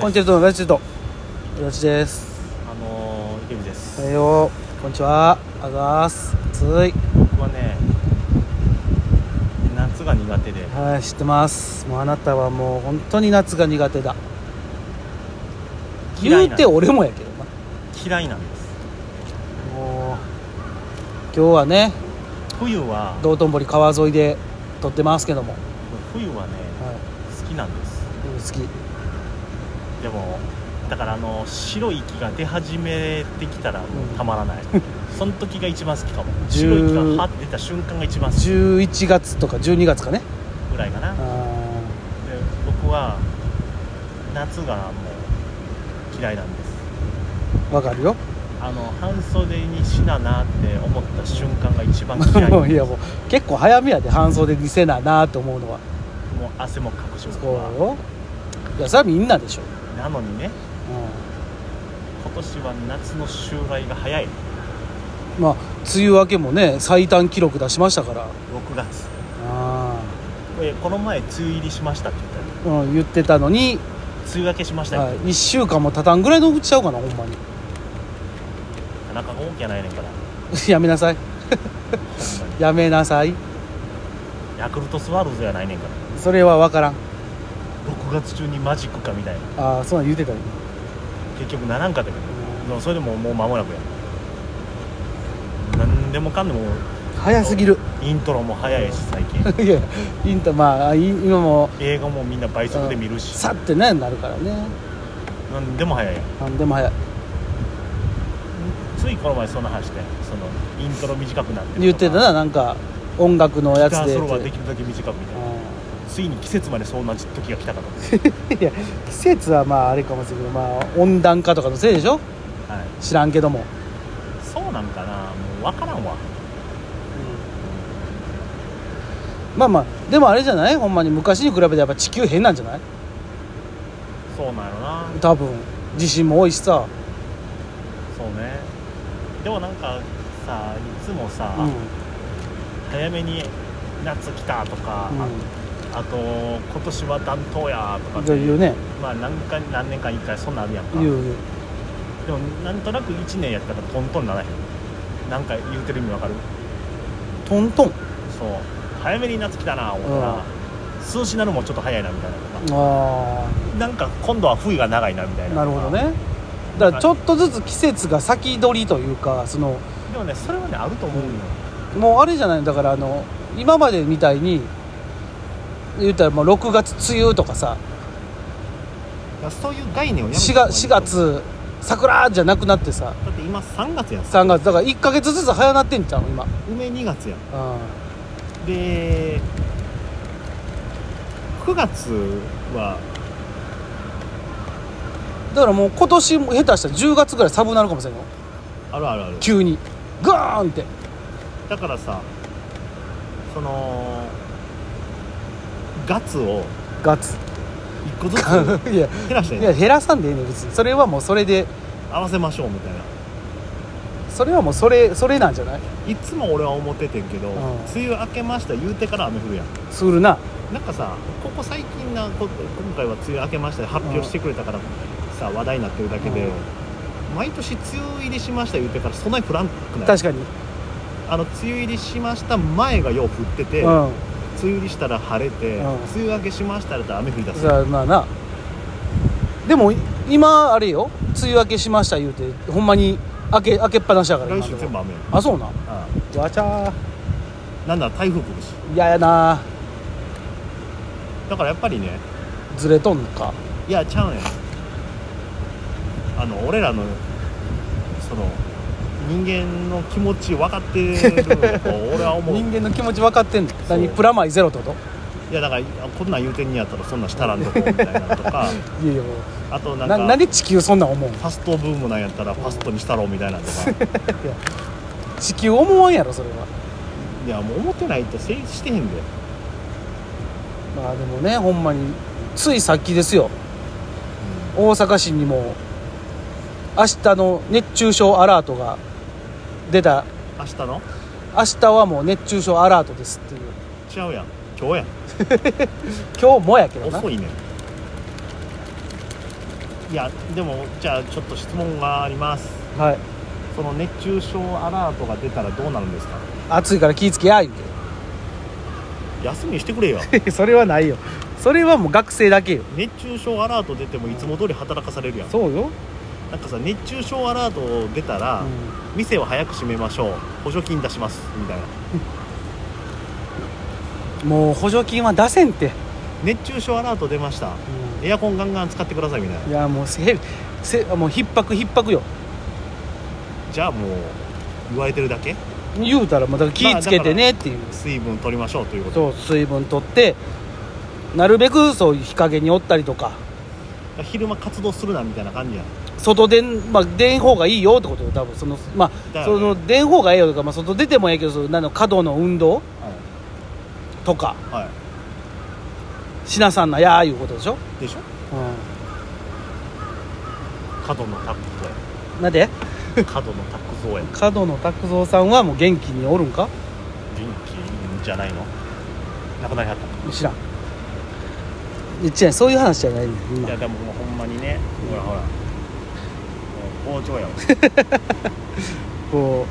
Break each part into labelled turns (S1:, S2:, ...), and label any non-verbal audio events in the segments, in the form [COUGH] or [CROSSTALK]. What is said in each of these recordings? S1: コンチェルトのラチュートよちです
S2: あのー、池見です、
S1: おはようこんにちはあざーす暑い
S2: 僕はね夏が苦手で
S1: はい知ってますもうあなたはもう本当に夏が苦手だ
S2: 嫌い
S1: 言
S2: な
S1: うて俺もやけどな
S2: 嫌いなんです
S1: もう今日はね
S2: 冬は
S1: 道頓堀川沿いで撮ってますけども、
S2: 冬はね
S1: はい、
S2: 好きなんです
S1: 好き
S2: でもだからあの白い息が出始めてきたらもうたまら
S1: [LAUGHS]
S2: ない、その時が一番好きかも
S1: 十
S2: 白い息がはって出た瞬間が一番好き
S1: 11月とか12月かね
S2: ぐらいかなで
S1: あ
S2: 僕は夏がもう嫌いなんです
S1: ーわかるよ
S2: あの半袖にしななって思った瞬間が一番嫌い
S1: もう [LAUGHS] いやもう結構早めやで半袖にせななと思うのは
S2: もう汗もかく瞬間
S1: そう
S2: は
S1: よいやそれはみんなでしょ、
S2: なのにね今年は夏の襲来が早い
S1: うん、まあ梅雨明けもね最短記録出しましたから
S2: 6月
S1: あ
S2: えこの前梅雨入りしましたって言ったら
S1: ー、うん、言ってたのに、
S2: 梅雨明けしましたよ
S1: はい、1週間もたたんぐらいのうちちゃうかなほんまに
S2: 田中が大きやないねんからほ
S1: [LAUGHS] やめなさい
S2: んま
S1: やめなさい
S2: にヤクルトスワローズやないねんから
S1: それは分からん
S2: 6月中にマジックかみたいな
S1: ああそんなん言ってたよ
S2: 結局ならんかったけどでもそれでももう間もなくやなんでもかんでも
S1: 早すぎる
S2: イントロも早いし最近
S1: [LAUGHS] いやインタまあい今も
S2: 映画もみんな倍速で見るし
S1: さってねなるからね
S2: なんでも早いやん
S1: なんでも早い
S2: ついこの前そんな話してそのイントロ短くなってるとか
S1: 言ってたななんか音楽のや
S2: ギ
S1: つ
S2: ター
S1: で
S2: ソロはできるだけ短くみたいな
S1: う
S2: ついに季節までそうな時が来たかと、
S1: んいや季節はまああれかもしれないけど、まあ、温暖化とかのせいでしょ
S2: はい、
S1: 知らんけども、
S2: そうなんかなもう分からんわ
S1: まあまあでもあれじゃないほんまに昔に比べてやっぱ地球変なんじゃない
S2: そうなんやろな
S1: 多分地震も多いしさ、
S2: そうねでもなんかさいつもさ、
S1: うん
S2: 早めに夏来たとか、ああと今年は暖冬やとか
S1: う
S2: って
S1: ん、というね
S2: まあ何回何年かに一回そんなんあるやんか
S1: 言う言う
S2: でもなんとなく1年やったらトントンならへんなんか言うてる意味わかる
S1: トントン
S2: そう早めに夏来たな思ったら、数字なるもちょっと早いなみたいなとか
S1: あ
S2: なんか今度は冬が長いなみたい
S1: あ
S2: な
S1: なるほどねだからちょっとずつ季節が先取りというかその
S2: でもねそれはねあると思うよ、
S1: もうあれじゃないだからあの今までみたいに言ったらもう6月梅雨とかさ
S2: だからそういう概念をやめた
S1: 4
S2: 方がいい
S1: 月 ,4 月桜じゃなくなってさ
S2: だって今3月やん
S1: 3月だから1か月ずつ早なってんじゃん今、
S2: 梅2月やん
S1: う
S2: で9月は
S1: ん、だからもう今年も下手したら10月ぐらい寒なるかもしれんよ
S2: あるあるある
S1: 急にガーンって
S2: だからさその月を
S1: ガツ
S2: 1個ずつ減
S1: [LAUGHS] いや
S2: らして
S1: [LAUGHS] いや減らさんでええねん別にそれはもうそれで
S2: 合わせましょうみたいな
S1: それはもうそれそれなんじゃない
S2: いつも俺は思っててんけど、
S1: ん
S2: 梅雨明けました言うてから雨降るやん
S1: するな
S2: なんかさここ最近なこ今回は梅雨明けましたで発表してくれたからさ話題になってるだけで、
S1: うん
S2: 毎年梅雨入りしました言ってからそんなに降らんくない
S1: 確かに、
S2: あの梅雨入りしました前がよう降ってて、
S1: う
S2: 梅
S1: ん
S2: 雨入りしたら晴れて、
S1: うん
S2: 梅雨明けしましたら雨降り出す
S1: じゃあまあなでもい今あれよ梅雨明けしました言うてほんまに明け明けっぱなしやから
S2: 来
S1: 今の
S2: 週全部雨やん
S1: あそうな
S2: あ
S1: わちゃ
S2: あなんなら台風来るし
S1: ー嫌やな
S2: だからやっぱりね
S1: ずれとんか
S2: いやちゃうねんあの俺らのその人間の気持ち分かってるのと
S1: [LAUGHS]
S2: 俺は思う
S1: 人間の気持ち分かってんの何プラマイゼロってこと
S2: いやだからこんなん言うてんやったらそんなんしたらんとこみたいなのと
S1: [LAUGHS]
S2: か
S1: いやいや
S2: あとなん
S1: な
S2: か
S1: なんで地球そんなん思うん
S2: ファストブームなんやったらファストにしたろみたいなの
S1: [LAUGHS]
S2: とか
S1: 地球思わんやろそれはい
S2: やもう思ってないと成立してへんで
S1: まあでもねほんまについさっきですよ大阪市にも明日の熱中症アラートが出た
S2: 明日の
S1: 明日はもう熱中症アラートですっていう
S2: 違うやん今日やん
S1: 今日もやけどな
S2: 遅いねんいやでもじゃあちょっと質問があります
S1: はい
S2: その熱中症アラートが出たらどうなるんですか
S1: 暑いから気ぃつけや言う
S2: 休みにしてくれ [LAUGHS] よ
S1: て [LAUGHS] それはないよそれはもう学生だけよ
S2: 熱中症アラート出てもいつも通り働かされるやん
S1: そうよ、
S2: なんかさ熱中症アラート出た
S1: う
S2: ら、
S1: ん
S2: 店を早く閉めましょう補助金出しますみたいな
S1: もう補助金は出せんって、
S2: 熱中症アラート出ましたエアコンガンガン使ってくださいみたいない
S1: やもうせせもう逼迫逼迫よ
S2: じゃあもう言われてるだけ
S1: 言うたらもうだから気ぃつけてねっていう、
S2: 水分取りましょうということ
S1: そう水分取ってなるべくそういう日陰におったりとか
S2: 昼間活動するなみたいな感じやん
S1: 外出ん、まあ、出ん方がいいよってことよ多分そのまあ、
S2: だよ
S1: そ
S2: ね
S1: の出ん方がええよとか、まあ、外出てもええけどそのなんの過度の運動
S2: は
S1: とか
S2: い、は
S1: しなさんなやーいうことでしょ、
S2: い、でしょ
S1: う
S2: 角のタック [LAUGHS]
S1: ん、なんで
S2: ゾや角のタックゾや
S1: 過度の拓三さんはもう元気におるんか
S2: 元気じゃないのなくなりはった
S1: 知らんいや違うそういう話じゃないねん
S2: いや
S1: 今
S2: でももうほんまにねほらほらもう包丁やわ
S1: こ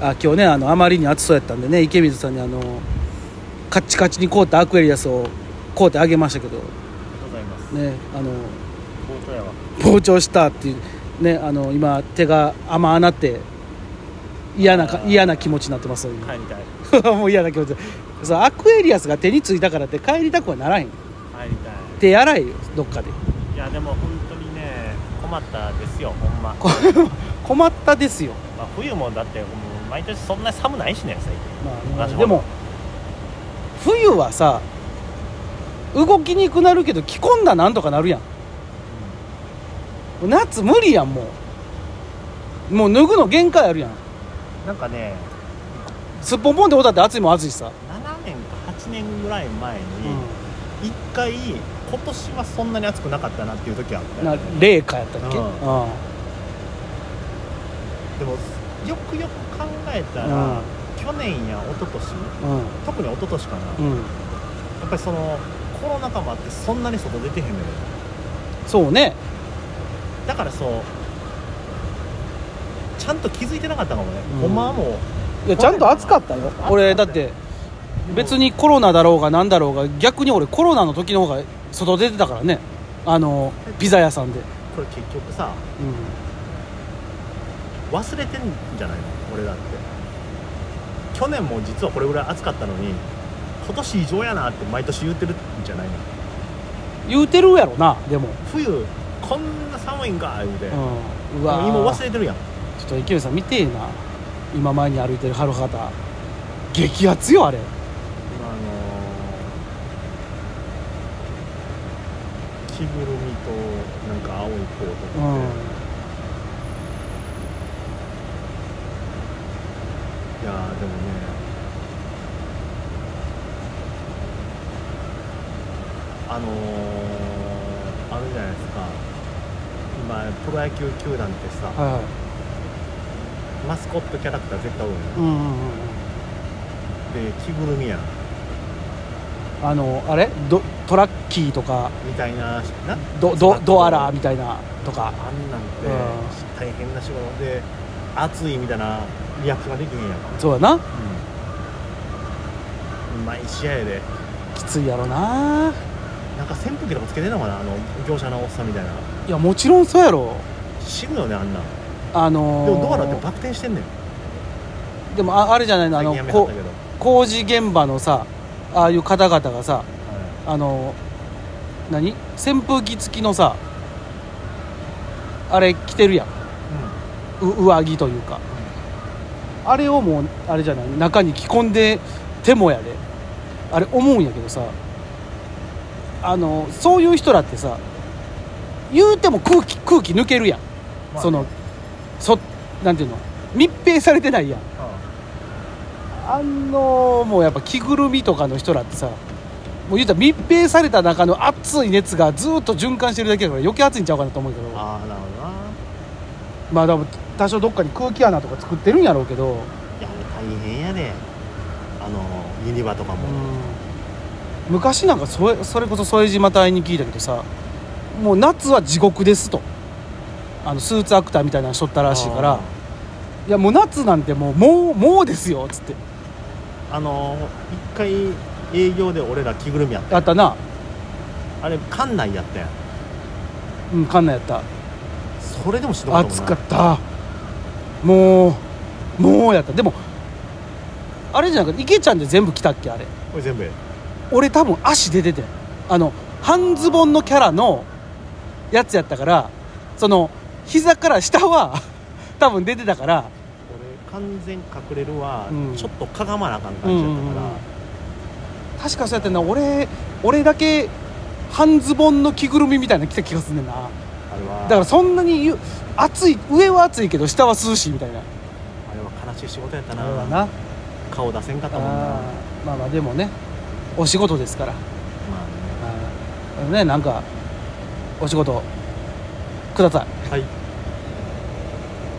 S1: うあ今日ねあのあまりに暑そうやったんでね池水さんにあのカッチカチに凍ったアクエリアスを凍ってあげましたけど
S2: ございます
S1: ねあの
S2: 包丁やわ
S1: 膨張したっていうねあの今手が甘あなって嫌なか
S2: あー
S1: 嫌な気持ちになってます、
S2: 帰りたい
S1: [LAUGHS] もう嫌な気持ちそうアクエリアスが手についたからって帰りたくはならへん
S2: 帰りたい
S1: 手洗いよどっかで
S2: いやでも本当にね困ったですよほんま、
S1: こ困ったですよ、
S2: まあ、冬もだってもう毎年そんな寒ないしね最近
S1: まあ
S2: なるほど
S1: でも冬はさ動きにくくなるけど着込んだなんとかなるやん夏無理やんもうもう脱ぐの限界あるやん
S2: なんかね
S1: すっぽんぽんってことだって暑いもん暑いしさ、
S2: 7年か8年ぐらい前に
S1: う
S2: 一回今年はそんなに暑くなかったなっていう時はあった
S1: ん、
S2: よ
S1: な
S2: ね
S1: 冷夏やったっけ、
S2: う
S1: うんん
S2: でもよくよく考えた
S1: う
S2: ら
S1: ん
S2: 去年や一昨年
S1: うん
S2: 特に一昨年かなや
S1: うん、
S2: っぱりそのコロナ禍もあってそんなに外出てへんのよ
S1: そうね
S2: だからそうちゃんと気づいてなかったかもね、
S1: うん
S2: ほんまはもう
S1: いやちゃんと暑かったよ
S2: 暑かったよ
S1: 俺だって別にコロナだろうが何だろうが逆に俺コロナの時の方が外出てたからねあのピザ屋さんで、
S2: これ結局さ
S1: う
S2: 忘れてんじゃないの俺だって去年も実はこれぐらい暑かったのに今年異常やなって毎年言ってるんじゃないの
S1: ん、言うてるやろなでも、
S2: 冬こんな寒いんか言うて、でも
S1: うん、うわー
S2: 今忘れてるやん
S1: ちょっと池上さん見てえな今前に歩いてるハロハタ激アツよあれ
S2: 今あのー、着ぐるみとなんか青いコート
S1: う
S2: と
S1: ん
S2: いやーでもねあのー、あるじゃないですか今プロ野球球団ってさ、
S1: はいはい
S2: マスコットキャラクター絶対多いのよ
S1: うんうんうん
S2: で着ぐるみやん
S1: あのあれドトラッキーとか
S2: みたいなな
S1: ドドドアラ
S2: あ
S1: みたいなとか
S2: んなんて
S1: うん
S2: 大変な仕事で暑いみたいなリアクションができへんやん、
S1: そうやな
S2: うん、毎試合で
S1: きついやろな
S2: なんか扇風機とかつけてんのかなあの業者のおっさんみたいない
S1: やもちろんそうやろ
S2: 死ぬよねあんなん
S1: あのー
S2: でもドアラってバク転してんねん
S1: でもああれじゃないのあ
S2: 最
S1: の
S2: 近やめはっ
S1: こ
S2: たけど、
S1: 工事現場のさああいう方々がさあの何扇風機付きのさあれ着てるやんう上着というかあれをもうあれじゃない中に着込んでてもやであれ思うんやけどさあのそういう人らってさ言うても空気空気抜けるやん、
S2: まあね
S1: そのそなんていうの密閉されてないやんあのもうやっぱ着ぐるみとかの人らってさもう言うたら密閉された中の熱い熱がずっと循環してるだけだから余計熱いんちゃうかなと思うけど
S2: ああなるほどな
S1: まあでも多少どっかに空気穴とか作ってるんやろうけど
S2: いやあれ大変やであのユニバとかも、
S1: 昔なんかそれそれこそ副島隊に聞いたけどさもう夏は地獄ですとあのスーツアクターみたいなのしとったらしいからいやもう夏なんてもうもうもうですよっつって
S2: あの一回営業で俺ら着ぐるみやった
S1: やったな
S2: あれ館内やったやん
S1: うんカンナやった
S2: それでもしどかった
S1: 暑かったもうもうやったでもあれじゃなくて池ちゃんで全部来たっけあれ
S2: これ全部
S1: 俺多分足出ててんあの半ズボンのキャラのやつやったからその膝から下は [LAUGHS] 多分出てたから
S2: 俺完全隠れるは、
S1: うん
S2: ちょっとかがまなあかん
S1: う
S2: 感
S1: ん
S2: じ
S1: う
S2: だ
S1: ん
S2: った
S1: うん
S2: から、
S1: 確かそうやってんな俺俺だけ半ズボンの着ぐるみみたいなの着た気がすんねんな
S2: あれは
S1: だからそんなに言う暑い上は暑いけど下は涼しいみたいな
S2: あれは悲しい仕事やった
S1: あれ
S2: な
S1: はな
S2: 顔出せんかったもんな
S1: あーまあまあでもねお仕事ですから
S2: まあ
S1: あーあのねなんかお仕事ください
S2: ねはい